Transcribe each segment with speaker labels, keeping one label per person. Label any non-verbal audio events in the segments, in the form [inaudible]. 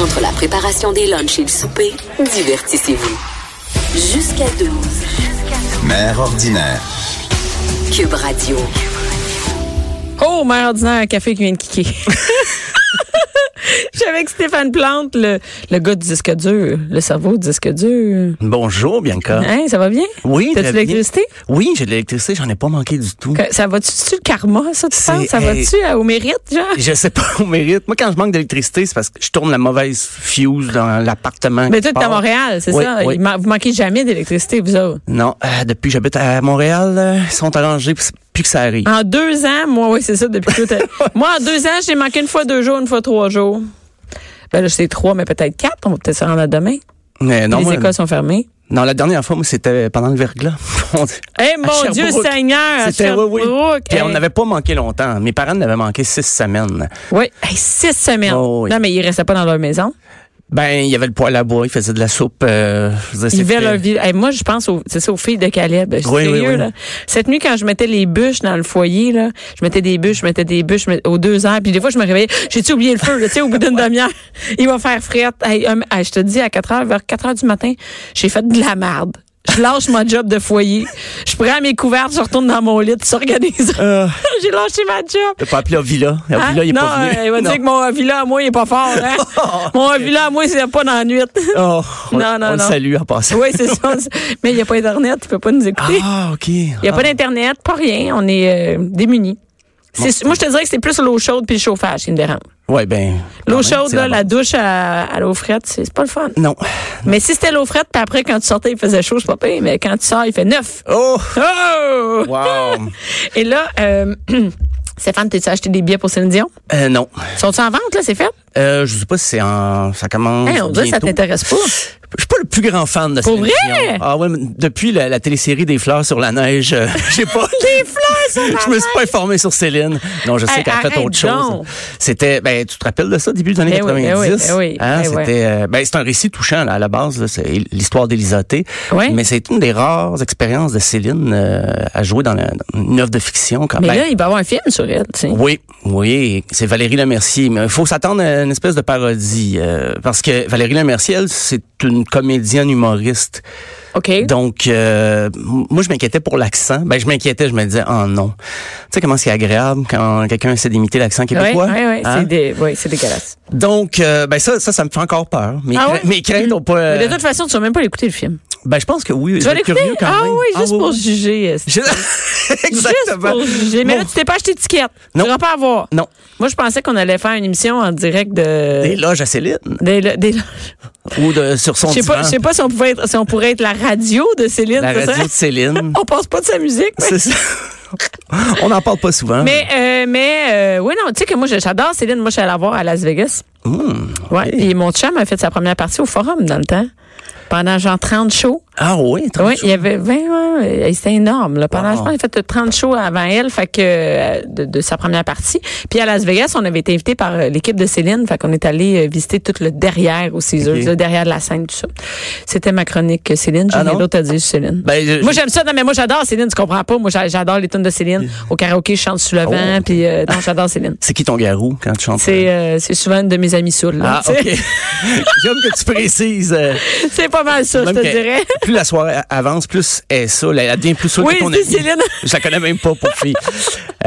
Speaker 1: Entre la préparation des lunchs et le souper, divertissez-vous. Jusqu'à 12.
Speaker 2: Mère ordinaire.
Speaker 1: Cube Radio.
Speaker 3: Oh, mère ordinaire, un café qui vient de
Speaker 4: [laughs]
Speaker 3: kicker. Je suis avec Stéphane Plante, le, le gars du disque dur, le cerveau du disque dur.
Speaker 4: Bonjour,
Speaker 3: [laughs]
Speaker 4: Bianca.
Speaker 3: Hein, ça va bien?
Speaker 4: Ah. Oui,
Speaker 3: T'as-tu
Speaker 4: très
Speaker 3: de
Speaker 4: bien.
Speaker 3: l'électricité?
Speaker 4: Oui, j'ai de l'électricité, j'en ai pas manqué du tout.
Speaker 3: Que- Ça va-tu c'est-tu le karma, ça, tu
Speaker 4: C'est-
Speaker 3: penses? Ça va-tu
Speaker 4: hey.
Speaker 3: euh, au mérite, genre?
Speaker 4: Je sais pas au mérite. Moi, quand je manque d'électricité, c'est parce que je tourne la mauvaise fuse dans l'appartement.
Speaker 3: Mais toi,
Speaker 4: qui
Speaker 3: t'es à
Speaker 4: part.
Speaker 3: Montréal, c'est
Speaker 4: Oui,
Speaker 3: ça?
Speaker 4: oui.
Speaker 3: Il man- Vous manquez jamais d'électricité, vous autres.
Speaker 4: Non, euh, depuis que j'habite à Montréal, euh, ils sont arrangés puis c'est- puis que ça arrive.
Speaker 3: En deux ans, moi, oui, c'est ça, depuis que toi,
Speaker 4: [laughs]
Speaker 3: t'as- Moi, en deux ans, j'ai manqué une fois deux jours, une fois trois jours. Ben là, c'est trois, mais peut-être quatre. On va peut-être se rendre à demain.
Speaker 4: Mais non,
Speaker 3: Les
Speaker 4: moi,
Speaker 3: écoles sont fermées.
Speaker 4: non, la dernière fois, moi, c'était pendant le verglas. [laughs] On-
Speaker 3: Eh
Speaker 4: à
Speaker 3: mon Dieu
Speaker 4: Sherbrooke.
Speaker 3: Seigneur,
Speaker 4: C'était oui, oui.
Speaker 3: Sherbrooke,
Speaker 4: Puis
Speaker 3: hey.
Speaker 4: on n'avait pas manqué longtemps. Mes parents n'avaient manqué six semaines.
Speaker 3: Oui, Hey, six semaines.
Speaker 4: Oh, oui.
Speaker 3: Non, mais ils restaient pas dans leur maison.
Speaker 4: Ben, il y avait le poêle à bois, ils faisaient de la soupe. euh, je veux dire,
Speaker 3: Ils
Speaker 4: c'était-
Speaker 3: vivaient leur vie. Hey, moi, je pense aux, c'est ça, aux filles de Caleb. Je suis
Speaker 4: Oui, oui,
Speaker 3: sérieux,
Speaker 4: oui.
Speaker 3: là. Cette nuit, quand je mettais les bûches dans le foyer, là, je mettais des bûches, je mettais des bûches je mettais- aux deux heures. Puis des fois, je me réveillais. J'ai-tu oublié le feu? là? Tu sais, au bout
Speaker 4: [laughs]
Speaker 3: d'une demi-heure, il va faire frette. Hey, hum, hey, je te dis, à 4 heures, vers 4 heures du matin, j'ai fait de la merde. Je lâche mon job de foyer. Je prends mes couvertes, je retourne dans mon lit, je s'organise.
Speaker 4: Euh.
Speaker 3: [laughs] j'ai lâché ma job.
Speaker 4: T'as pas appelé à Villa. À
Speaker 3: Hein?
Speaker 4: Villa, il est
Speaker 3: non,
Speaker 4: pas venu.
Speaker 3: euh, il va
Speaker 4: Non.
Speaker 3: dire que mon villa à moi, il est pas fort.
Speaker 4: [laughs]
Speaker 3: Hein? mon villa à moi, c'est pas dans la nuit.
Speaker 4: Oh, on,
Speaker 3: Non, non,
Speaker 4: on le
Speaker 3: non.
Speaker 4: salue en passant.
Speaker 3: oui, c'est ça. Mais il n'y a pas Internet, il peut pas nous écouter. Il
Speaker 4: Ah, OK. Il
Speaker 3: n'y a pas d'Internet, pas rien. On est euh, démunis. C'est- moi, je te dirais que c'est plus l'eau chaude puis le chauffage qui me dérange.
Speaker 4: Ouais, ben. quand
Speaker 3: L'eau
Speaker 4: même,
Speaker 3: chaude,
Speaker 4: c'est
Speaker 3: là, la
Speaker 4: base.
Speaker 3: douche à, à l'eau frette, c'est c'est pas le fun.
Speaker 4: Non.
Speaker 3: Mais si c'était l'eau frette, puis après, quand tu sortais, il faisait chaud, c'est pas pire. Mais quand tu sors, il fait neuf.
Speaker 4: Oh!
Speaker 3: Oh!
Speaker 4: Wow!
Speaker 3: Et là, euh, [clears throat] Stéphane, t'as-tu acheté des billets pour Céline Dion?
Speaker 4: Euh, non.
Speaker 3: Sont-ils en vente, là? C'est fait?
Speaker 4: Euh, je sais pas si c'est en. Ça commence.
Speaker 3: Hey, on dirait que ça
Speaker 4: bientôt.
Speaker 3: t'intéresse pas.
Speaker 4: Je suis pas le plus grand fan de
Speaker 3: Pour
Speaker 4: Céline
Speaker 3: vrai?
Speaker 4: Dion. Ah ouais, mais depuis la, la télésérie des fleurs sur la neige, euh, [laughs] j'ai pas.
Speaker 3: Les fleurs sur la
Speaker 4: Je me suis pas informé sur Céline. Non, je sais
Speaker 3: Hey,
Speaker 4: qu'elle a fait
Speaker 3: arrête
Speaker 4: autre chose.
Speaker 3: donc.
Speaker 4: C'était, ben, tu te rappelles de ça, début des années
Speaker 3: Ben oui,
Speaker 4: 90?
Speaker 3: ben oui, ben oui,
Speaker 4: Hein,
Speaker 3: ben ouais.
Speaker 4: c'était, euh, ben, c'est un récit touchant, là, à la base, là, c'est l'histoire d'Élisée T.
Speaker 3: Ouais.
Speaker 4: Mais c'est une des rares expériences de Céline euh, à jouer dans, la- dans une œuvre de fiction, quand
Speaker 3: Mais
Speaker 4: ben,
Speaker 3: là, il va y avoir un film sur elle, tu sais.
Speaker 4: Oui, oui, c'est Valérie Lemercier. Mais il faut s'attendre à une espèce de parodie. euh, parce que Valérie Lemercier, elle, c'est une comédienne humoriste.
Speaker 3: OK.
Speaker 4: Donc, euh, m- moi, je m'inquiétais pour l'accent. Ben, je m'inquiétais, je me disais, oh non. Tu sais comment c'est agréable quand quelqu'un essaie d'imiter l'accent
Speaker 3: Oui,
Speaker 4: québécois?
Speaker 3: oui, oui.
Speaker 4: Hein?
Speaker 3: C'est dé- ouais, c'est dégueulasse.
Speaker 4: Donc, euh, ben ça, ça, ça me fait encore peur. Mes,
Speaker 3: Ah
Speaker 4: cra-
Speaker 3: ouais?
Speaker 4: mes craintes n'ont pas... euh,
Speaker 3: Mais de toute façon, tu vas même pas l'écouter le film.
Speaker 4: ben, je pense que oui.
Speaker 3: Tu
Speaker 4: je
Speaker 3: vas
Speaker 4: vais être
Speaker 3: l'écouter?
Speaker 4: curieux quand
Speaker 3: Ah
Speaker 4: même.
Speaker 3: oui, juste
Speaker 4: oui,
Speaker 3: pour [laughs]
Speaker 4: oui.
Speaker 3: juger. est-ce que-
Speaker 4: Je-
Speaker 3: Juste
Speaker 4: [laughs] Exactement.
Speaker 3: pour juger. Mais
Speaker 4: Mon-
Speaker 3: là, tu t'es pas acheté d'étiquette. Tu
Speaker 4: Non.
Speaker 3: vas pas avoir.
Speaker 4: Non.
Speaker 3: Moi, je pensais qu'on allait faire une émission en direct
Speaker 4: Des
Speaker 3: de.
Speaker 4: loges à Céline.
Speaker 3: Des, lo- des lo-
Speaker 4: Ou de, sur son
Speaker 3: Je sais pas,
Speaker 4: divan.
Speaker 3: je sais pas si on pouvait être, si on pourrait être la radio de Céline.
Speaker 4: La
Speaker 3: c'est ça?
Speaker 4: radio de Céline.
Speaker 3: [laughs] On passe pas de sa musique. mais-
Speaker 4: C'est ça. On n'en parle pas souvent.
Speaker 3: Mais, euh, mais, euh, oui, non, tu sais que moi, je- j'adore Céline. Moi, je suis allée la voir à Las Vegas.
Speaker 4: Hmm.
Speaker 3: Ouais. Et mon chum a fait sa première partie au forum dans le temps. Pendant genre 30 shows.
Speaker 4: Ah oui, Ah. très
Speaker 3: Oui,
Speaker 4: chaud.
Speaker 3: il y avait 20, ouais, ouais, c'était énorme. Là. Pendant,
Speaker 4: Wow.
Speaker 3: je pense, il a fait 30 shows avant elle, fait que euh, de, de sa première partie. Puis à Las Vegas, on avait été invité par euh, l'équipe de Céline, fait qu'on est allé euh, visiter tout le derrière au Caesars,
Speaker 4: Ok.
Speaker 3: le derrière de la scène, tout ça. C'était ma chronique euh, Céline. J'ai
Speaker 4: Ah
Speaker 3: rien
Speaker 4: non?
Speaker 3: d'autre à dire sur Céline.
Speaker 4: Ben, je-
Speaker 3: moi j'aime ça, non mais moi j'adore Céline, tu comprends pas. Moi j'a- j'adore les tunes de Céline. Au karaoké, je chante sous le
Speaker 4: Oh,
Speaker 3: vent, puis euh, non, j'adore Céline.
Speaker 4: C'est qui ton garou quand tu chantes?
Speaker 3: C'est euh, c'est souvent une de mes amies saoules. [laughs] là,
Speaker 4: Ah,
Speaker 3: tu sais.
Speaker 4: OK. [laughs] J'aime que tu précises. euh,
Speaker 3: C'est pas mal ça, je
Speaker 4: même
Speaker 3: te
Speaker 4: que
Speaker 3: dirais.
Speaker 4: Plus la soirée avance, plus elle est ça. Elle elle devient plus saoule
Speaker 3: Oui,
Speaker 4: que ton
Speaker 3: c'est
Speaker 4: ami.
Speaker 3: Céline.
Speaker 4: Je la connais même pas pour
Speaker 3: [laughs]
Speaker 4: fille.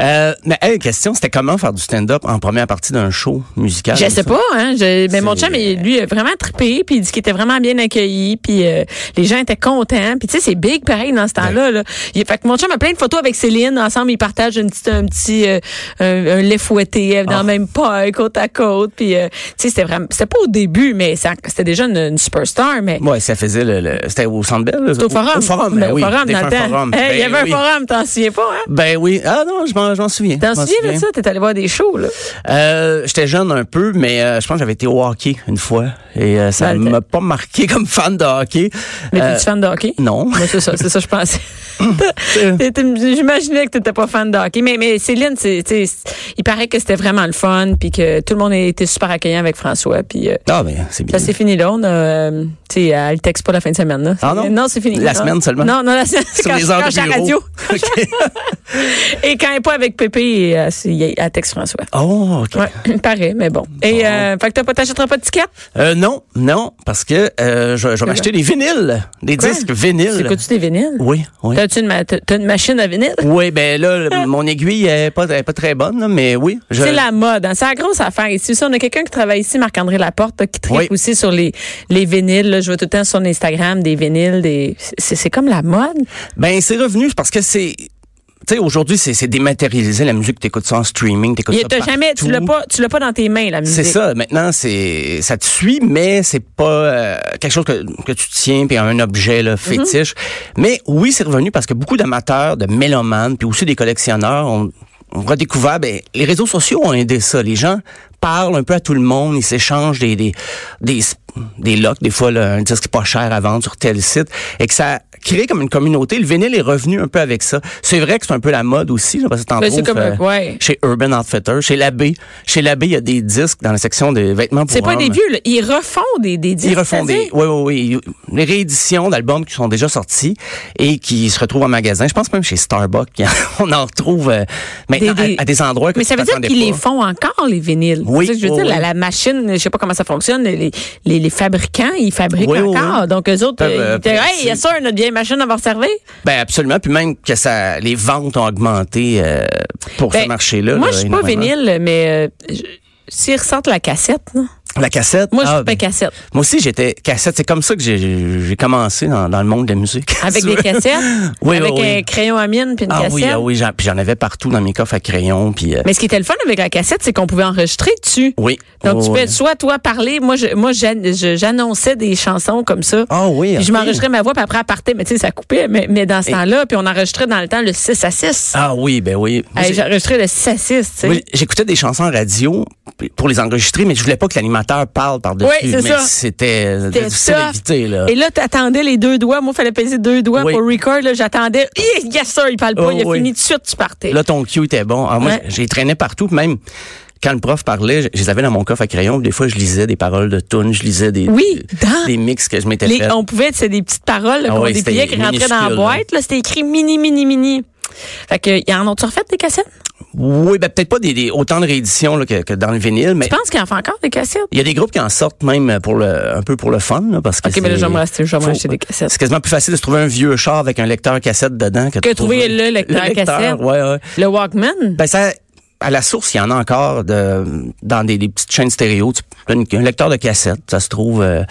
Speaker 4: Euh, mais hey, question, c'était comment faire du stand-up en première partie d'un show musical?
Speaker 3: Je
Speaker 4: comme
Speaker 3: sais
Speaker 4: Ah, ça?
Speaker 3: pas, hein. je- mais mon
Speaker 4: C'est-
Speaker 3: chum, il- lui, a vraiment trippé, puis il dit qu'il était vraiment bien accueilli, puis euh, les gens étaient contents, puis tu sais, c'est big pareil dans ce temps-là. Là. Il, fait que mon chum a plein de photos avec Céline, ensemble, ils partagent une petite, un petit euh, un, un lait fouetté euh, dans
Speaker 4: Ah.
Speaker 3: le même paille, côte à côte, puis euh, tu sais, c'était vraiment, c'était pas au début, mais ça- c'était déjà une, une superstar, mais
Speaker 4: Ouais, ça faisait le. le- c'était au Centre Bell? là?
Speaker 3: c'était au forum.
Speaker 4: Au forum, ben
Speaker 3: au
Speaker 4: oui.
Speaker 3: forum, dans
Speaker 4: défunt
Speaker 3: le temps.
Speaker 4: forum.
Speaker 3: Hey, il y
Speaker 4: Ben
Speaker 3: avait
Speaker 4: oui.
Speaker 3: un forum, t'en souviens pas, hein?
Speaker 4: Ben oui. Ah non, je m'en, je m'en souviens.
Speaker 3: T'en
Speaker 4: Je m'en
Speaker 3: souviens de ça? T'es allé voir des shows, là.
Speaker 4: Euh, J'étais jeune un peu, mais euh, je pense que j'avais été au hockey une fois. Et euh, ça
Speaker 3: Dans
Speaker 4: ne
Speaker 3: le temps.
Speaker 4: m'a pas marqué comme [laughs] fan de hockey.
Speaker 3: Mais
Speaker 4: Euh,
Speaker 3: t'es-tu fan de hockey?
Speaker 4: non.
Speaker 3: Moi, c'est ça, c'est ça, je pensais. T'es- t'es- J'imaginais que t'étais pas fan de hockey. Mais, mais Céline, c'est, tu sais, il paraît que c'était vraiment le fun, puis que tout le monde a été super accueillant avec François, puis euh,
Speaker 4: Ah, ben, c'est bien.
Speaker 3: ça s'est fini là. On a, euh, tu sais, à elle texte pas la fin de semaine. Là.
Speaker 4: Ah non?
Speaker 3: Non, c'est fini.
Speaker 4: La
Speaker 3: Non.
Speaker 4: semaine seulement?
Speaker 3: Non, non, la semaine, c'est
Speaker 4: Sur
Speaker 3: quand,
Speaker 4: les
Speaker 3: je-
Speaker 4: heures
Speaker 3: quand
Speaker 4: de
Speaker 3: j'ai la
Speaker 4: bureau.
Speaker 3: radio.
Speaker 4: [laughs] OK.
Speaker 3: Et quand elle est pas avec Pépé, euh, c'est- elle texte François.
Speaker 4: Oh, OK. [laughs]
Speaker 3: Ouais, pareil, mais bon. Et euh, fait que t'as pas- t'achèteras pas de ticket?
Speaker 4: Euh, non, non, parce que euh, je, je vais m'acheter des vinyles, des
Speaker 3: Quoi?
Speaker 4: disques vinyles.
Speaker 3: T'écoutes-tu des vinyles?
Speaker 4: Oui, oui.
Speaker 3: T'as-tu une, ma- t'as- t'as une machine à vinyle?
Speaker 4: Oui, ben là, le- mon aiguille est pas, est pas très bonne, là, mais oui. je-
Speaker 3: C'est la mode, hein. c'est la grosse affaire ici. Ça, on a quelqu'un qui travaille ici, Marc-André Laporte, là, qui tripe
Speaker 4: Oui.
Speaker 3: aussi sur les, les vinyles. là. Je vois tout le temps sur Instagram des vinyles, des. C'est c'est comme la mode.
Speaker 4: Ben c'est revenu parce que c'est, tu sais, aujourd'hui c'est c'est dématérialisé la musique, t'écoutes ça en streaming, t'écoutes
Speaker 3: Il
Speaker 4: ça
Speaker 3: t'as
Speaker 4: partout.
Speaker 3: jamais, tu l'as pas, tu l'as pas dans tes mains la musique.
Speaker 4: C'est ça. Maintenant, c'est ça te suit, mais c'est pas euh, quelque chose que, que tu tiens puis un objet
Speaker 3: Mhm.
Speaker 4: là, fétiche. Mais oui, c'est revenu parce que beaucoup d'amateurs, de mélomanes, puis aussi des collectionneurs ont, ont redécouvert. Ben, les réseaux sociaux ont aidé ça. Les gens parlent un peu à tout le monde, ils s'échangent des des des des locks, des fois là, un disque pas cher à vendre sur tel site, et que ça crée comme une communauté. Le vinyle est revenu un peu avec ça. C'est vrai que c'est un peu la mode aussi, là, parce que t'en
Speaker 3: Ben, c'est
Speaker 4: trouves,
Speaker 3: comme un-
Speaker 4: euh,
Speaker 3: ouais.
Speaker 4: chez Urban Outfitters, chez l'abbé. Chez l'abbé, il y a des disques dans la section des vêtements pour
Speaker 3: C'est pas
Speaker 4: hommes.
Speaker 3: des vieux, là. ils refont des des disques,
Speaker 4: Ils refont des,
Speaker 3: c'est-à-dire?
Speaker 4: oui, oui, oui, les rééditions d'albums qui sont déjà sortis et qui se retrouvent en magasin. Je pense même chez Starbucks, il y en- [laughs] on en retrouve euh, maintenant
Speaker 3: Des- des-
Speaker 4: À, à des endroits que
Speaker 3: Mais
Speaker 4: tu
Speaker 3: ça veut dire
Speaker 4: t'attendais
Speaker 3: qu'ils
Speaker 4: pas.
Speaker 3: les font encore les vinyles.
Speaker 4: Oui,
Speaker 3: C'est ça que je veux
Speaker 4: oui,
Speaker 3: dire la,
Speaker 4: oui.
Speaker 3: la machine, je sais pas comment ça fonctionne, les les, les fabricants, ils fabriquent
Speaker 4: Oui, oui,
Speaker 3: encore.
Speaker 4: oui.
Speaker 3: Donc les autres,
Speaker 4: Peuvent,
Speaker 3: euh,
Speaker 4: euh,
Speaker 3: ils disent, hey, il y a
Speaker 4: placer.
Speaker 3: ça notre vieille machine à va servir.
Speaker 4: Ben absolument, puis même que ça, les ventes ont augmenté euh, pour
Speaker 3: Ben,
Speaker 4: ce marché-là.
Speaker 3: Moi,
Speaker 4: là,
Speaker 3: je suis pas
Speaker 4: énormément.
Speaker 3: vinyle, mais euh, je- s'ils ressortent la cassette, non?
Speaker 4: La cassette.
Speaker 3: moi, je
Speaker 4: ah,
Speaker 3: suis pas
Speaker 4: ben, [laughs]
Speaker 3: cassette.
Speaker 4: Moi aussi, j'étais cassette. C'est comme ça que j'ai j'ai commencé dans, dans le monde de la musique. [laughs]
Speaker 3: Avec
Speaker 4: Tu
Speaker 3: des
Speaker 4: veux?
Speaker 3: cassettes,
Speaker 4: Oui,
Speaker 3: avec
Speaker 4: oui, oui.
Speaker 3: un crayon à mine puis une
Speaker 4: Ah
Speaker 3: cassette.
Speaker 4: oui, ah oui, j'en- puis j'en avais partout dans mes coffres à crayons. Puis, euh,
Speaker 3: Mais ce qui était le fun avec la cassette, c'est qu'on pouvait enregistrer dessus.
Speaker 4: Oui.
Speaker 3: Donc,
Speaker 4: Oh,
Speaker 3: tu
Speaker 4: ouais.
Speaker 3: peux soit toi parler, moi, je, moi j'an- je- j'annonçais des chansons comme ça.
Speaker 4: Ah oui,
Speaker 3: Puis je
Speaker 4: ok.
Speaker 3: m'enregistrais ma voix, puis après, elle partait, mais tu sais, ça coupait. Mais, mais dans ce temps-là, puis on enregistrait dans le temps le 6 à 6.
Speaker 4: Ah oui, ben oui. Moi,
Speaker 3: Hey,
Speaker 4: j'ai-
Speaker 3: J'enregistrais le 6 à 6, tu sais.
Speaker 4: moi, j'écoutais des chansons en radio pour les enregistrer, mais je voulais pas que l'animateur parle par-dessus.
Speaker 3: Oui, c'est
Speaker 4: mais
Speaker 3: ça.
Speaker 4: C'était euh,
Speaker 3: C'était
Speaker 4: difficile
Speaker 3: tough.
Speaker 4: à éviter, là.
Speaker 3: Et là, t'attendais les deux doigts. Moi, il fallait peser deux doigts
Speaker 4: Oui.
Speaker 3: pour record. Là, j'attendais. Hi, Yes, sir, il parle pas.
Speaker 4: Oh,
Speaker 3: il a
Speaker 4: oui.
Speaker 3: fini tout de suite, tu partais.
Speaker 4: Là, ton cue était bon. Alors, moi,
Speaker 3: Ouais.
Speaker 4: j'ai traîné partout, puis même quand le prof parlait, je je les avais dans mon coffre à crayon. puis Des fois, je lisais des paroles de tunes, je lisais des,
Speaker 3: Oui, dans-
Speaker 4: des mix que je m'étais
Speaker 3: Les-
Speaker 4: fait.
Speaker 3: on pouvait, c'est des petites paroles là,
Speaker 4: Ah
Speaker 3: qu'on
Speaker 4: oui,
Speaker 3: dépliait, qui
Speaker 4: c'était
Speaker 3: rentraient dans la
Speaker 4: minuscule, là.
Speaker 3: boîte. Là, c'était écrit mini, mini, mini. Fait que, y en ont-tu refait des cassettes?
Speaker 4: Oui, ben peut-être pas des, des- autant de rééditions là, que, que dans le vinyle, mais
Speaker 3: Je pense qu'il en fait encore des cassettes.
Speaker 4: il y a des groupes qui en sortent même pour le, un peu pour le fun, là, parce que
Speaker 3: Ok, mais là,
Speaker 4: c'est-
Speaker 3: je vais me racheter- je vais me
Speaker 4: faut-
Speaker 3: racheter des cassettes.
Speaker 4: C'est quasiment plus facile de se trouver un vieux char avec un lecteur cassette dedans que,
Speaker 3: Que trouver le lecteur cassette.
Speaker 4: Ouais, ouais.
Speaker 3: Le Walkman?
Speaker 4: Ben ça, à la source, il y en a encore de, dans des, des petites chaînes stéréo. Tu, un, un lecteur de cassette, ça se trouve. euh,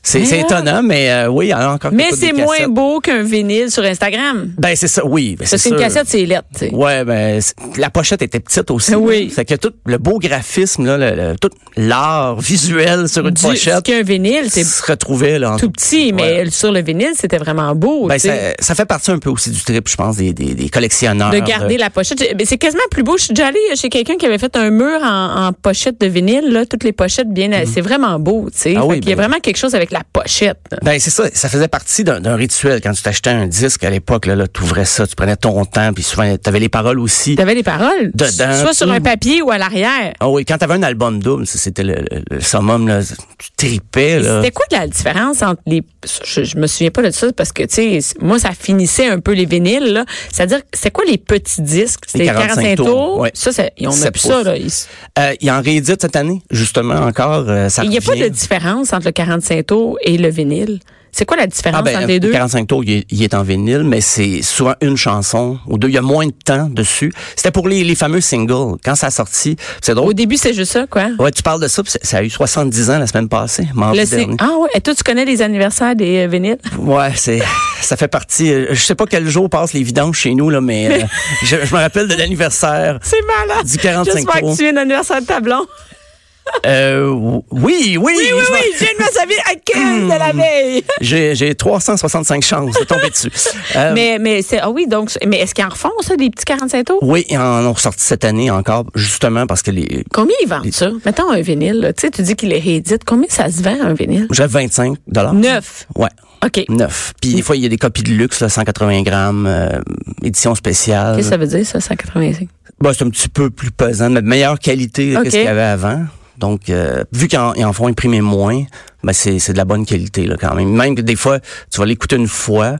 Speaker 4: c'est
Speaker 3: Mais
Speaker 4: c'est
Speaker 3: là-
Speaker 4: étonnant, mais euh, oui, il y en a encore. qui
Speaker 3: Mais
Speaker 4: écoutent des
Speaker 3: c'est moins
Speaker 4: cassettes.
Speaker 3: beau qu'un vinyle sur Instagram.
Speaker 4: Ben c'est ça, oui. Ben, c'est
Speaker 3: Parce qu'une
Speaker 4: sûr.
Speaker 3: cassette, c'est lettre, tu sais.
Speaker 4: Ouais, ben c'est- la pochette était petite aussi.
Speaker 3: Oui.
Speaker 4: C'est que tout le beau graphisme, là, le- le- tout l'art visuel sur une
Speaker 3: Du- Ce
Speaker 4: pochette
Speaker 3: qu'un vinyle, c'est
Speaker 4: se retrouvait là. en-
Speaker 3: tout petit, mais
Speaker 4: Ouais.
Speaker 3: sur le vinyle, c'était vraiment beau,
Speaker 4: Ben,
Speaker 3: tu
Speaker 4: ça,
Speaker 3: sais.
Speaker 4: ça fait partie un peu aussi du trip, je pense, des, des, des collectionneurs. euh,
Speaker 3: De garder la pochette. J'ai- ben, C'est quasiment plus beau. Je suis déjà allée chez quelqu'un qui avait fait un mur en, en pochette de vinyle, là. Toutes les pochettes bien, c'est vraiment beau, tu sais.
Speaker 4: Mhm. Ah
Speaker 3: Fait
Speaker 4: oui,
Speaker 3: qu'il y a
Speaker 4: ben-
Speaker 3: vraiment quelque chose avec la pochette. là.
Speaker 4: Ben c'est ça, ça faisait partie d'un d'un rituel quand tu t'achetais un disque à l'époque là, là tu ouvrais ça, tu prenais ton temps puis souvent t'avais les paroles aussi.
Speaker 3: T'avais les paroles.
Speaker 4: Dedans,
Speaker 3: Soit sur
Speaker 4: tout.
Speaker 3: un papier ou à l'arrière.
Speaker 4: Ah oui, quand t'avais un album double, ça, c'était le, le- le summum là, tu tripais
Speaker 3: Et
Speaker 4: là.
Speaker 3: C'était quoi la différence entre les je, je me souviens pas de ça parce que tu sais c- moi ça finissait un peu les vinyles là, c'est-à-dire c'est quoi les petits disques,
Speaker 4: Les 45 tours, ouais.
Speaker 3: Ça c'est on a
Speaker 4: Sept
Speaker 3: plus ça
Speaker 4: pouces.
Speaker 3: là. Il s-
Speaker 4: Euh, il en réédite cette année justement encore euh, ça
Speaker 3: Il n'y a pas de
Speaker 4: revient.
Speaker 3: différence entre le 45 tours et le vinyle. C'est quoi la différence
Speaker 4: ah ben,
Speaker 3: entre les deux
Speaker 4: 45 tours, il est, il est en vinyle, mais c'est souvent une chanson ou deux. Il y a moins de temps dessus. C'était pour les, les fameux singles. Quand ça a sorti, c'est
Speaker 3: Au
Speaker 4: drôle.
Speaker 3: début c'est juste ça quoi.
Speaker 4: Ouais, tu parles de ça, puis c'est- ça a eu 70 ans la semaine passée, mardi
Speaker 3: Le
Speaker 4: dernier.
Speaker 3: sing- ah ouais, et toi tu connais les anniversaires des euh, vinyles
Speaker 4: Ouais, c'est ça fait partie. euh, Je sais pas quel jour passent les vidanges chez nous là, mais
Speaker 3: [laughs]
Speaker 4: euh, je, je me rappelle de l'anniversaire.
Speaker 3: [laughs] C'est malade.
Speaker 4: Du 45
Speaker 3: J'espère
Speaker 4: tours.
Speaker 3: que tu es un anniversaire de tablon.
Speaker 4: Euh, oui, oui,
Speaker 3: Oui oui oui,
Speaker 4: je me-
Speaker 3: [laughs] je Hmm. viens de me servir à 15 de la veille.
Speaker 4: J'ai j'ai 365 chances de tomber dessus. Euh,
Speaker 3: [laughs] Mais mais c'est ah oui donc mais est-ce qu'ils en refont ça des petits 45 tours
Speaker 4: Oui, ils en ont sorti cette année encore, justement parce que les
Speaker 3: Combien ils vendent ça? Mettons un vinyle, là. tu sais, tu dis qu'il est réédite. Combien ça se vend un vinyle?
Speaker 4: j'avais 25 dollars.
Speaker 3: Neuf.
Speaker 4: Ouais.
Speaker 3: OK. Qu'est-ce
Speaker 4: Neuf. Puis des fois, il y a des copies de luxe, là, 180 grammes, euh, édition spéciale.
Speaker 3: que ça veut dire, ça, 185?
Speaker 4: Bah, c'est un petit peu plus pesant, mais de meilleure qualité
Speaker 3: Ok.
Speaker 4: que ce qu'il y avait avant. Donc, euh, vu qu'ils en, ils en font imprimer moins, ben c'est, c'est de la bonne qualité là, quand même. Même que des fois, tu vas l'écouter une fois,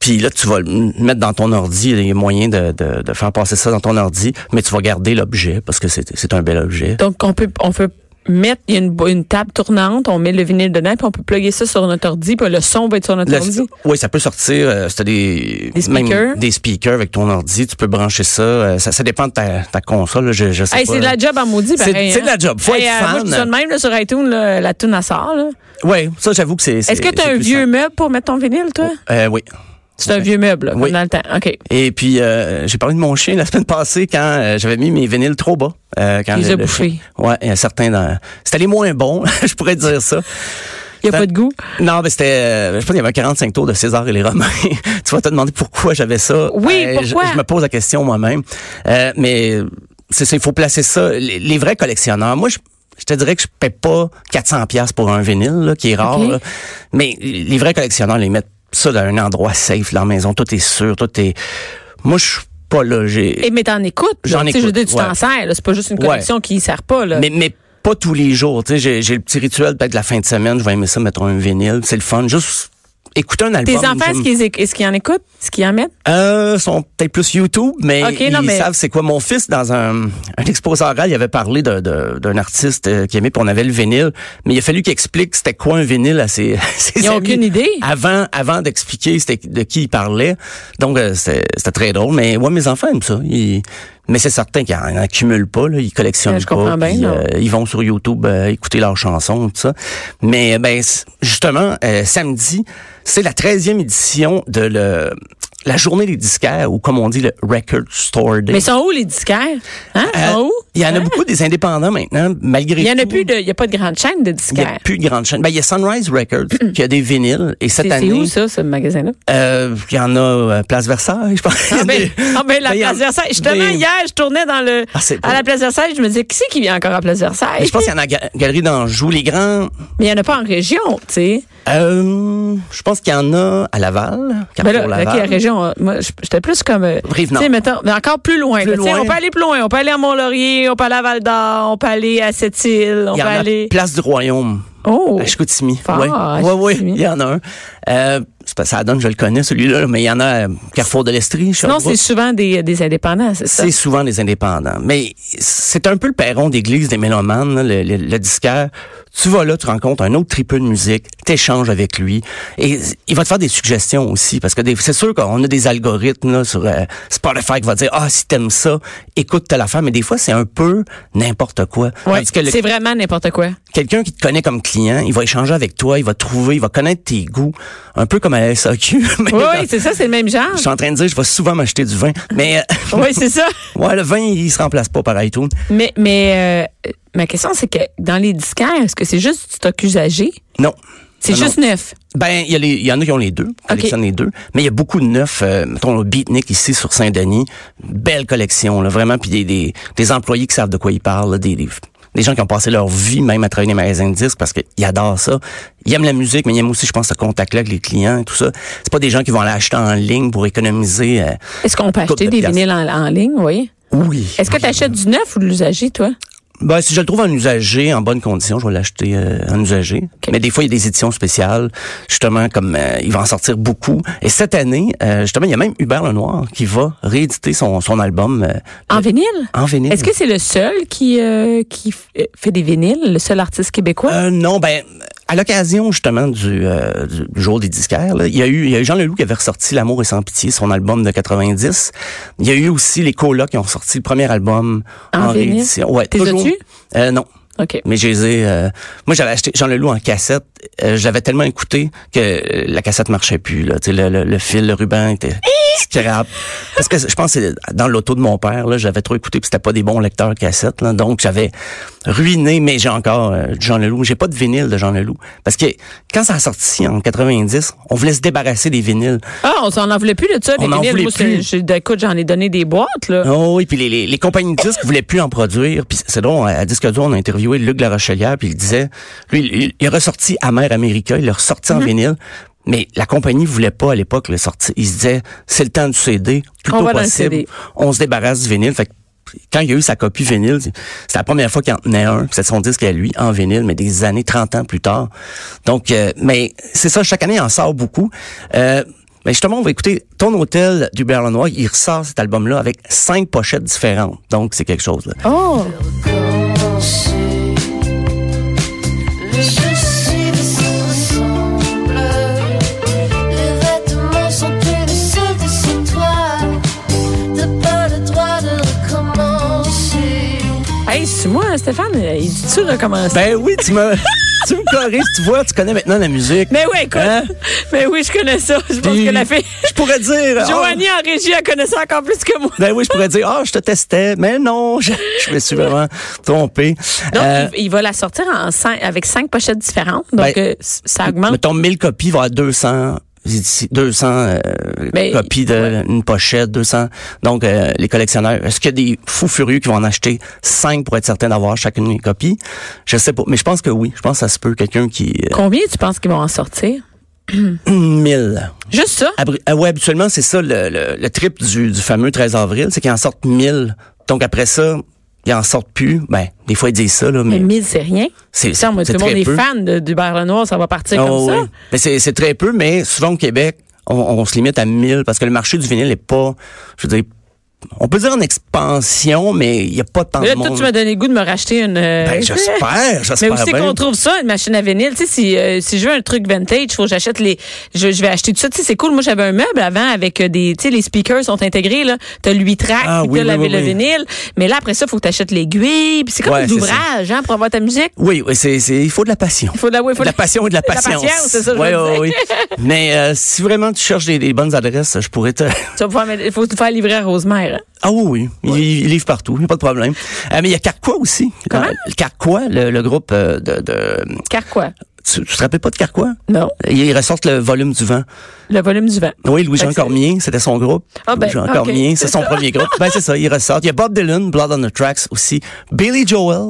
Speaker 4: puis là, tu vas le mettre dans ton ordi, il y a moyen de, de, de faire passer ça dans ton ordi, mais tu vas garder l'objet parce que c'est, c'est un bel objet.
Speaker 3: Donc, on peut, on peut mettre, il y a une, une table tournante, on met le vinyle dedans, puis on peut plugger ça sur notre ordi, puis le son va être sur notre
Speaker 4: Le-
Speaker 3: ordi.
Speaker 4: oui, ça peut sortir. Euh, si t'as des,
Speaker 3: Des
Speaker 4: même
Speaker 3: speakers?
Speaker 4: des speakers avec ton ordi, tu peux brancher ça. euh, ça, ça dépend de ta, ta console. là, je, je sais
Speaker 3: Hey,
Speaker 4: pas.
Speaker 3: c'est de la job en maudit,
Speaker 4: C'est-
Speaker 3: pareil.
Speaker 4: c'est
Speaker 3: hein.
Speaker 4: de la job. Faut
Speaker 3: Hey,
Speaker 4: être
Speaker 3: euh,
Speaker 4: fan.
Speaker 3: Moi, je dis ça de même là, sur iTunes, là, la toune à sort. là.
Speaker 4: Oui, ça j'avoue que c'est. c'est-
Speaker 3: Est-ce que tu
Speaker 4: c'est
Speaker 3: as un
Speaker 4: plus
Speaker 3: vieux
Speaker 4: simple.
Speaker 3: meuble pour mettre ton vinyle, toi?
Speaker 4: Euh, oui.
Speaker 3: C'est un vieux meuble, là, comme
Speaker 4: Oui.
Speaker 3: dans le temps. OK.
Speaker 4: Et puis, euh, j'ai parlé de mon chien la [laughs] semaine passée quand euh, j'avais mis mes vinyles trop bas. Euh, quand
Speaker 3: Tu les
Speaker 4: le-
Speaker 3: as
Speaker 4: le
Speaker 3: bouffés.
Speaker 4: chien- Ouais, il y a certains dans... C'était les moins bons, [laughs] je pourrais dire ça.
Speaker 3: Il n'y a pas de goût.
Speaker 4: Non, mais c'était... euh, je pense qu'il y avait un 45 tours de César et les Romains. [laughs] tu vas te demander pourquoi j'avais ça. Ben,
Speaker 3: Oui,
Speaker 4: je-
Speaker 3: pourquoi?
Speaker 4: Je, me pose la question moi-même. Euh, mais c'est ça, il faut placer ça. Les, les vrais collectionneurs, moi, je... Je te dirais que je paie pas 400 pièces pour un vinyle là, qui est rare,
Speaker 3: Ok.
Speaker 4: là. mais les vrais collectionneurs les mettent ça dans un endroit safe, leur maison, tout est sûr, tout est. Moi, je suis pas là. J'ai...
Speaker 3: Et Eh, mais t'en écoutes. là.
Speaker 4: J'en
Speaker 3: Tu sais, Je veux
Speaker 4: écoute,
Speaker 3: dire, tu t'en
Speaker 4: ouais.
Speaker 3: sers. là. C'est pas juste une
Speaker 4: Ouais.
Speaker 3: collection qui ne sert pas. Là.
Speaker 4: Mais, mais pas tous les jours. tu sais, J'ai, j'ai le petit rituel, peut-être la fin de semaine, je vais aimer ça, mettre un vinyle. C'est le fun. Juste écouter un album.
Speaker 3: Tes enfants, est-ce
Speaker 4: j'aime-
Speaker 3: qu'ils éc- est-ce qu'ils en écoutent? Est-ce qu'ils en mettent?
Speaker 4: Euh, sont peut-être plus YouTube, mais
Speaker 3: Ok, non,
Speaker 4: ils
Speaker 3: mais-
Speaker 4: savent c'est quoi. Mon fils, dans un, un exposé oral, il avait parlé de- de- d'un artiste euh, qu'il aimait, puis on avait le vinyle. Mais il a fallu qu'il explique c'était quoi un vinyle à ses, [laughs] ses
Speaker 3: Ils ont
Speaker 4: amis
Speaker 3: aucune idée.
Speaker 4: Avant, avant d'expliquer c'était de qui il parlait. Donc, euh, c'était c'était très drôle. Mais ouais, mes enfants aiment ça. Ils- mais c'est certain qu'ils n'en accumulent pas. Là. Ils collectionnent
Speaker 3: Euh, je
Speaker 4: pas.
Speaker 3: comprends bien,
Speaker 4: puis,
Speaker 3: non.
Speaker 4: euh, ils vont sur YouTube euh, écouter leurs chansons, tout ça. Mais ben c- justement, euh, samedi, c'est la 13e édition de le, la journée des disquaires, ou comme on dit, le Record Store Day.
Speaker 3: Mais sont où les disquaires? Hein?
Speaker 4: Euh,
Speaker 3: sont où?
Speaker 4: il y en a
Speaker 3: Hein?
Speaker 4: beaucoup des indépendants maintenant, malgré
Speaker 3: Il n'y en a
Speaker 4: tout.
Speaker 3: plus de. Il n'y a pas de grande chaîne de
Speaker 4: Il y a
Speaker 3: disquaires.
Speaker 4: plus de grande chaîne. Ben, il y a Sunrise Records, qui a des vinyles. Et cette
Speaker 3: C'est
Speaker 4: année,
Speaker 3: c'est où ça, ce
Speaker 4: [laughs]
Speaker 3: magasin-là?
Speaker 4: euh, il y en a euh, Place Versailles, je pense.
Speaker 3: Ah
Speaker 4: [laughs]
Speaker 3: ben, ah ben, la
Speaker 4: Ben, il y en-
Speaker 3: place Versailles. Justement,
Speaker 4: des-
Speaker 3: hier, je tournais dans le
Speaker 4: Ah, c'est
Speaker 3: à la
Speaker 4: beau.
Speaker 3: place Versailles, je me disais qui c'est qui vient encore à place Versailles
Speaker 4: Mais Eh, je pense qu'il y en a à la Galerie d'Anjou. Les grands,
Speaker 3: Mais il n'y en a pas en région, tu sais.
Speaker 4: euh, je pense qu'il y en a à Laval,
Speaker 3: Ben
Speaker 4: Carrefour
Speaker 3: là, ok, la
Speaker 4: Laval.
Speaker 3: région, euh, moi, je- j'étais plus comme. euh,
Speaker 4: Rive-Nord.
Speaker 3: tu sais, mettons, mais encore plus loin.
Speaker 4: Plus
Speaker 3: là, tu sais,
Speaker 4: loin.
Speaker 3: On peut aller plus loin. On peut aller à Mont-Laurier, on peut aller à Val d'Or, on peut aller à Sept-Îles, on
Speaker 4: il y
Speaker 3: peut
Speaker 4: en a
Speaker 3: aller.
Speaker 4: Place du Royaume.
Speaker 3: Oh!
Speaker 4: À Chicoutimi.
Speaker 3: Fort,
Speaker 4: ouais.
Speaker 3: à
Speaker 4: ouais, ouais,
Speaker 3: Chicoutimi.
Speaker 4: il y en a un. Euh, c'est pas- ça donne, je le connais celui-là, mais il y en a à Carrefour de l'Estrie.
Speaker 3: Non,
Speaker 4: Sherbrooke.
Speaker 3: c'est souvent des, euh, des indépendants, c'est ça.
Speaker 4: C'est souvent les indépendants. Mais c'est un peu le perron d'église des mélomanes, là, le, le- le disquaire. Tu vas là, tu rencontres un autre tripeux de musique, t'échanges avec lui. Et il va te faire des suggestions aussi, parce que des- c'est sûr qu'on a des algorithmes là, sur euh, Spotify qui va dire, ah, si t'aimes ça, écoute telle affaire. Mais des fois, c'est un peu n'importe quoi.
Speaker 3: Ouais,
Speaker 4: Tandis que le-
Speaker 3: c'est vraiment n'importe quoi.
Speaker 4: quelqu'un qui te connaît comme client, il va échanger avec toi, il va trouver, il va connaître tes goûts, un peu comme à la [laughs] SAQ. mais
Speaker 3: Oui,
Speaker 4: dans-
Speaker 3: oui, c'est ça, c'est le même genre.
Speaker 4: je suis en train de dire, je vais souvent m'acheter du vin, mais euh,
Speaker 3: Oui, c'est ça.
Speaker 4: ouais, le vin, il se remplace pas par iTunes.
Speaker 3: Mais, mais euh, ma question, c'est que dans les disquaires, est-ce que c'est juste du stock usagé?
Speaker 4: Non.
Speaker 3: C'est
Speaker 4: Non, Ah non.
Speaker 3: juste neuf.
Speaker 4: Ben, il y, a les- il y en a qui ont les deux, collectionnent les deux, mais il y a beaucoup de neufs, euh, mettons le Beatnik ici sur Saint-Denis, belle collection, là, vraiment, puis des, des, des employés qui savent de quoi ils parlent, là, des, des, des gens qui ont passé leur vie même à travailler dans les magasins de disques parce qu'ils adorent ça. Ils aiment la musique, mais ils aiment aussi, je pense, ce contact-là avec les clients et tout ça. C'est pas des gens qui vont aller acheter en ligne pour économiser. euh,
Speaker 3: Est-ce qu'on peut
Speaker 4: Coupe
Speaker 3: acheter
Speaker 4: de
Speaker 3: des
Speaker 4: piastres.
Speaker 3: vinyles en, en ligne, oui?
Speaker 4: Oui.
Speaker 3: Est-ce que tu achètes du neuf ou de l'usager, toi?
Speaker 4: Ben, si je le trouve en usagé, en bonne condition, je vais l'acheter euh, en usagé. Mais des fois, il y a des éditions spéciales, justement, comme euh, il va en sortir beaucoup. Et cette année, euh, justement, il y a même Hubert Lenoir qui va rééditer son, son album euh,
Speaker 3: En vinyle?
Speaker 4: en vinyle.
Speaker 3: Est-ce que c'est le seul qui, euh, qui f- euh, fait des vinyles, le seul artiste québécois?
Speaker 4: Euh, non, ben à l'occasion justement du, euh, du- du jour des disquaires, là, il y a eu il y a eu Jean Leloup qui avait ressorti L'amour est sans pitié, son album de 90. Il y a eu aussi les Colas qui ont sorti le premier album
Speaker 3: En
Speaker 4: en,
Speaker 3: vinyle?
Speaker 4: réédition. Ouais,
Speaker 3: T'es
Speaker 4: toujours.
Speaker 3: as-tu?
Speaker 4: Euh, non.
Speaker 3: OK.
Speaker 4: Mais je les ai, euh, moi, j'avais acheté Jean Leloup en cassette. Euh, je l'avais tellement écouté que euh, la cassette marchait plus. Là. Tu sais, Le, le, le fil, le ruban était scrap. Parce que je pense que c'est dans l'auto de mon père, là, j'avais trop écouté puis c'était pas des bons lecteurs cassette. Là. Donc, j'avais ruiné, mais j'ai encore euh, du Jean Leloup. J'ai pas de vinyle de Jean Leloup. Parce que quand ça a sorti en 90, on voulait se débarrasser des vinyles.
Speaker 3: Ah, on s'en en voulait Euh. plus de ça, des
Speaker 4: On en
Speaker 3: vinyles.
Speaker 4: voulait
Speaker 3: Moi, c'est-
Speaker 4: plus.
Speaker 3: j'ai- écoute, j'en ai donné des boîtes, là.
Speaker 4: Oh oui, puis les, les, les compagnies de disques voulaient plus en produire. Puis c'est drôle, à Disque dur, on a interviewé Luc Larochelière, puis il disait, lui, il, il est ressorti Amer America, il est ressorti en vinyle, mais la compagnie voulait pas à l'époque le sortir. Il se disait, c'est le temps du CD, plutôt
Speaker 3: On va dans le
Speaker 4: possible.
Speaker 3: CD.
Speaker 4: On se débarrasse du vinyle. Fait que quand il y a eu sa copie vinyle, c'est la première fois qu'il en tenait un, puis c'est son disque à lui en vinyle, mais des années, 30 ans plus tard. Donc, euh, mais c'est ça, chaque année, il en sort beaucoup. Euh, mais justement, on va écouter Ton Hôtel du Berlinois. Il ressort cet album-là avec cinq pochettes différentes. Donc, c'est quelque chose. Là.
Speaker 3: Oh! Hey, c'est moi, Stéphane, il dit-tu recommencer?
Speaker 4: Ben oui, tu me, [laughs] tu me corriges, tu vois, tu connais maintenant la musique.
Speaker 3: Mais oui, Ben, écoute.
Speaker 4: Hein?
Speaker 3: Mais Ben oui, je connais ça. Je pense
Speaker 4: Puis,
Speaker 3: que la [laughs] fille.
Speaker 4: Je pourrais dire.
Speaker 3: Joanie en régie, elle connaît ça encore plus que moi.
Speaker 4: oh, ben oui, je pourrais dire, ah, je te testais, mais non, [laughs] je, je me suis vraiment trompé.
Speaker 3: Donc,
Speaker 4: Euh,
Speaker 3: il, il va la sortir en cinq- avec cinq pochettes différentes. Donc,
Speaker 4: Ben,
Speaker 3: euh, c- ça augmente.
Speaker 4: Mettons 1000 copies, il va y avoir 200. édici- 200 euh,
Speaker 3: Ben,
Speaker 4: copies de une pochette, 200. Donc, euh, les collectionneurs, est-ce qu'il y a des fous furieux qui vont en acheter 5 pour être certain d'avoir chacune des copies? Je sais pas, mais je pense que oui. Je pense que ça se peut. Quelqu'un qui... euh,
Speaker 3: Combien tu penses qu'ils vont en sortir?
Speaker 4: 1000.
Speaker 3: Juste ça?
Speaker 4: Abri- ah ouais, habituellement, c'est ça le, le, le trip du, du fameux 13 avril, c'est qu'ils en sortent 1000. Donc après ça, ils en sortent plus. Ben, des fois, ils disent ça, là,
Speaker 3: Mais 1000,
Speaker 4: mais
Speaker 3: ben, c'est rien.
Speaker 4: c'est
Speaker 3: Ça,
Speaker 4: c'est-
Speaker 3: moi, tout
Speaker 4: c'est
Speaker 3: le monde
Speaker 4: très
Speaker 3: est
Speaker 4: peu.
Speaker 3: fan de- du Beurre Noir, ça va partir
Speaker 4: Ah
Speaker 3: comme ça.
Speaker 4: oui. Mais c'est c'est très peu, mais souvent au Québec, on, on se limite à 1000 parce que le marché du vinyle est pas, je veux dire, on peut dire en expansion, mais il n'y a pas tant
Speaker 3: Mais là,
Speaker 4: de
Speaker 3: toi,
Speaker 4: monde.
Speaker 3: tu m'as donné le goût de me racheter une. euh,
Speaker 4: Ah, Ben, j'espère,
Speaker 3: Mais
Speaker 4: j'espère
Speaker 3: où c'est
Speaker 4: bien.
Speaker 3: qu'on trouve ça, une machine à vinyle? Tu sais, si, euh, si je veux un truc vintage, faut que j'achète les. Je, je vais acheter tout ça. Tu sais, c'est cool. Moi, j'avais un meuble avant avec euh, des. Tu sais, les speakers sont intégrés, là. T'as le 8 track,
Speaker 4: Ah,
Speaker 3: puis
Speaker 4: oui,
Speaker 3: t'as
Speaker 4: oui,
Speaker 3: la-
Speaker 4: oui,
Speaker 3: le
Speaker 4: oui.
Speaker 3: vinyle. Mais là, après ça, faut que t'achètes l'aiguille. Puis c'est comme
Speaker 4: Ouais,
Speaker 3: des
Speaker 4: c'est ça.
Speaker 3: ouvrages, hein, pour avoir ta musique.
Speaker 4: Oui, oui, c'est, c'est, il faut de la passion.
Speaker 3: Il faut de la, ouais, faut
Speaker 4: de la passion et de la patience.
Speaker 3: patience, c'est ça que je
Speaker 4: Oui,
Speaker 3: veux
Speaker 4: oui, oui. Mais euh, si vraiment tu cherches des, des bonnes adresses, je pourrais te... [laughs]
Speaker 3: Tu vas pouvoir mettre- faut te faire livrer à Rosemère. hein.
Speaker 4: Ah oui, oui. Ils, ils livrent partout, il n'y a pas de problème. Euh, mais il y a Carquois aussi.
Speaker 3: Comment?
Speaker 4: Euh, Le Carquois, le, le groupe euh, de... de-
Speaker 3: Car quoi?
Speaker 4: tu, tu te rappelles pas de Carquois?
Speaker 3: Non.
Speaker 4: Ils ressortent le volume du vent.
Speaker 3: Le volume du vent.
Speaker 4: Oui, Louis-Jean
Speaker 3: Fait que c'est-
Speaker 4: Cormier, c'était son groupe.
Speaker 3: Ah ben,
Speaker 4: Louis-Jean
Speaker 3: ok.
Speaker 4: Cormier, c'est son premier groupe. Ben, c'est ça, il ressort. Il y a Bob Dylan, Blood on the Tracks aussi. Billy Joel,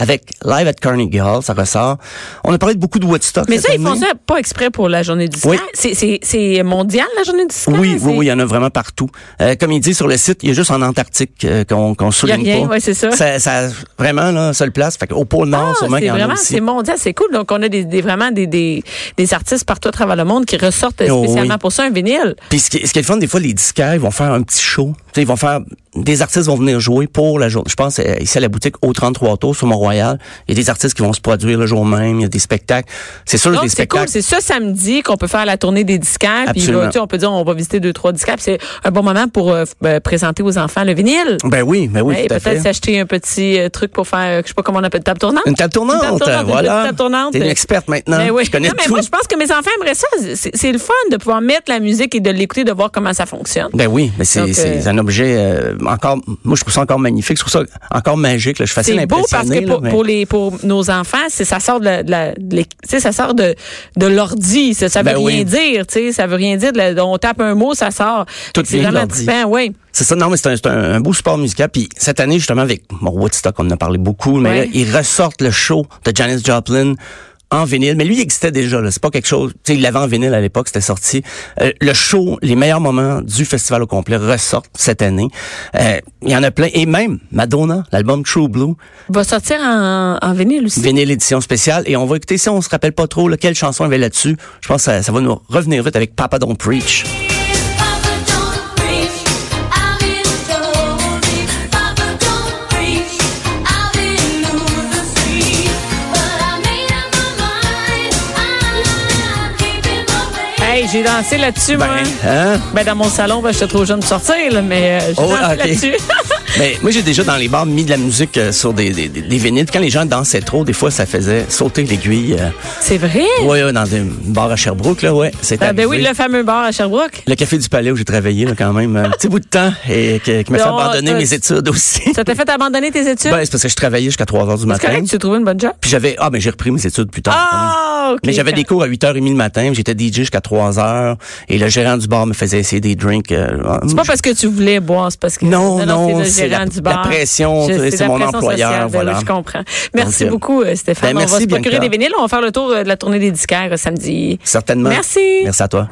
Speaker 4: avec Live at Carnegie Hall, ça ressort. On a parlé de beaucoup de Woodstock
Speaker 3: Mais
Speaker 4: cette
Speaker 3: ça, ils font
Speaker 4: année.
Speaker 3: ça pas exprès pour la journée du disque.
Speaker 4: Oui.
Speaker 3: C'est- C'est c'est mondial, la journée du disque.
Speaker 4: Oui,
Speaker 3: C'est-
Speaker 4: oui, oui, il y en a vraiment partout. Euh, comme il dit sur le site, il y a juste en Antarctique euh, qu'on qu'on souligne
Speaker 3: rien,
Speaker 4: pas.
Speaker 3: ouais, c'est ça.
Speaker 4: ça. ça- Vraiment, là, seule place. Fait au pôle Nord,
Speaker 3: Ah,
Speaker 4: sûrement qu'il
Speaker 3: c'est
Speaker 4: y en a
Speaker 3: vraiment,
Speaker 4: aussi.
Speaker 3: c'est mondial, c'est cool. Donc, on a des, des- vraiment des, des, des artistes partout à travers le monde qui ressortent
Speaker 4: Oh,
Speaker 3: spécialement
Speaker 4: oui.
Speaker 3: pour ça, un vinyle.
Speaker 4: Puis ce qui, ce qui est le fun, des fois, les disquaires, ils vont faire un petit show. Tu sais, ils vont faire... Des artistes vont venir jouer pour la journée. Je pense, euh, ici à la boutique, au 33 Tours, sur Mont-Royal, il y a des artistes qui vont se produire le jour même. Il y a des spectacles. C'est sûr,
Speaker 3: Donc,
Speaker 4: des
Speaker 3: c'est cool.
Speaker 4: spectacles...
Speaker 3: C'est ce samedi qu'on peut faire la tournée des disquaires. Puis,
Speaker 4: Absolument.
Speaker 3: là, tu sais, on peut dire, on va visiter deux, trois disquaires. puis c'est un bon moment pour euh, f- ben, présenter aux enfants le vinyle.
Speaker 4: ben oui, ben oui,
Speaker 3: Ouais,
Speaker 4: tout à
Speaker 3: peut-être
Speaker 4: fait.
Speaker 3: s'acheter un petit euh, truc pour faire, euh, je sais pas comment on appelle, table tournante.
Speaker 4: Une table tournante,
Speaker 3: Une table tournante, une
Speaker 4: voilà.
Speaker 3: petite table tournante.
Speaker 4: T'es une experte maintenant.
Speaker 3: Mais oui.
Speaker 4: Tu connais
Speaker 3: Non, mais
Speaker 4: tout.
Speaker 3: moi, je pense que mes enfants aimeraient ça. C'est c'est le fun de pouvoir mettre la musique et de l'écouter, de voir comment ça fonctionne.
Speaker 4: Ben oui, mais c'est
Speaker 3: Donc,
Speaker 4: c'est
Speaker 3: euh,
Speaker 4: un objet euh, encore. Moi, je trouve ça encore magnifique. Je trouve ça encore magique. Là. Je suis facile à
Speaker 3: C'est beau parce
Speaker 4: impressionner,
Speaker 3: que
Speaker 4: là,
Speaker 3: pour,
Speaker 4: mais-
Speaker 3: pour les pour nos enfants, c'est ça sort de la, de la- de l'é- tu sais, ça sort de de l'ordi, ça, ça veut
Speaker 4: Ben
Speaker 3: rien
Speaker 4: oui.
Speaker 3: dire, tu sais, ça veut rien dire. de la- on tape un mot, ça sort.
Speaker 4: Tout
Speaker 3: c'est
Speaker 4: vient de
Speaker 3: vraiment
Speaker 4: l'ordi.
Speaker 3: trippant, oui.
Speaker 4: C'est ça, non, mais c'est un, c'est un- un beau support musical. Puis cette année, justement, avec bon, Woodstock, on en a parlé beaucoup, mais
Speaker 3: Ouais.
Speaker 4: là, ils ressortent le show de Janis Joplin en vinyle. Mais lui, il existait déjà, là. C'est pas quelque chose... Tu sais, il l'avait en vinyle à l'époque, c'était sorti. Euh, le show, les meilleurs moments du festival au complet ressortent cette année. Euh, Il y en a plein. Et même Madonna, l'album True Blue,
Speaker 3: Va sortir en, en vinyle aussi.
Speaker 4: vinyle édition spéciale. Et on va écouter, si on se rappelle pas trop, là, quelle chanson il y avait là-dessus, je pense que ça, ça va nous revenir vite avec Papa Don't Preach.
Speaker 5: Papa don't preach, I've been told it. Papa don't preach, I've been losing sleep. But I made up my mind, I'm keeping my faith.
Speaker 3: Hey, j'ai dansé là-dessus, moi.
Speaker 4: hein?
Speaker 3: Ben, dans mon salon, ben, j'étais trop jeune pour sortir, là, mais euh, j'ai
Speaker 4: Oh,
Speaker 3: dansé
Speaker 4: ok.
Speaker 3: là-dessus. [laughs]
Speaker 4: Mais moi, j'ai déjà dans les bars mis de la musique euh, sur des, des, des- des vinyles. Quand les gens dansaient trop, des fois, ça faisait sauter l'aiguille. euh,
Speaker 3: c'est vrai?
Speaker 4: ouais, ouais, dans des bars à Sherbrooke, là, ouais. C'était
Speaker 3: Ah, ben oui,
Speaker 4: arrivé.
Speaker 3: le fameux bar à Sherbrooke.
Speaker 4: le... café du Palais où j'ai travaillé, là, quand même, un petit bout de temps, et que- qui m'a fait
Speaker 3: Non,
Speaker 4: abandonner
Speaker 3: ça-
Speaker 4: mes études aussi.
Speaker 3: Ça t'a fait abandonner tes études?
Speaker 4: Ben, c'est parce que je travaillais jusqu'à 3 heures du
Speaker 3: c'est
Speaker 4: matin.
Speaker 3: correct, tu as trouvé une bonne job?
Speaker 4: Puis j'avais, ah, ben, j'ai repris mes études plus tard. quand même.
Speaker 3: Ah, ok.
Speaker 4: Mais j'avais des cours à 8h30 le matin, j'étais DJ jusqu'à 3h et le gérant du bar me faisait essayer des drinks. euh,
Speaker 3: C'est pas parce que tu voulais boire, c'est parce que
Speaker 4: Non, non,
Speaker 3: c'est
Speaker 4: c'est
Speaker 3: le gérant
Speaker 4: la-
Speaker 3: du bar.
Speaker 4: la pression,
Speaker 3: Je-
Speaker 4: tu sais, c'est
Speaker 3: la
Speaker 4: mon
Speaker 3: pression
Speaker 4: employeur,
Speaker 3: sociale, ben
Speaker 4: voilà.
Speaker 3: oui, je comprends. Merci
Speaker 4: euh,
Speaker 3: beaucoup, euh, Stéphane.
Speaker 4: ben,
Speaker 3: on va
Speaker 4: merci,
Speaker 3: se procurer
Speaker 4: Bianca.
Speaker 3: des vinyles. On va faire le tour euh, de la tournée des disquaires euh, samedi.
Speaker 4: Certainement.
Speaker 3: Merci.
Speaker 4: Merci à toi.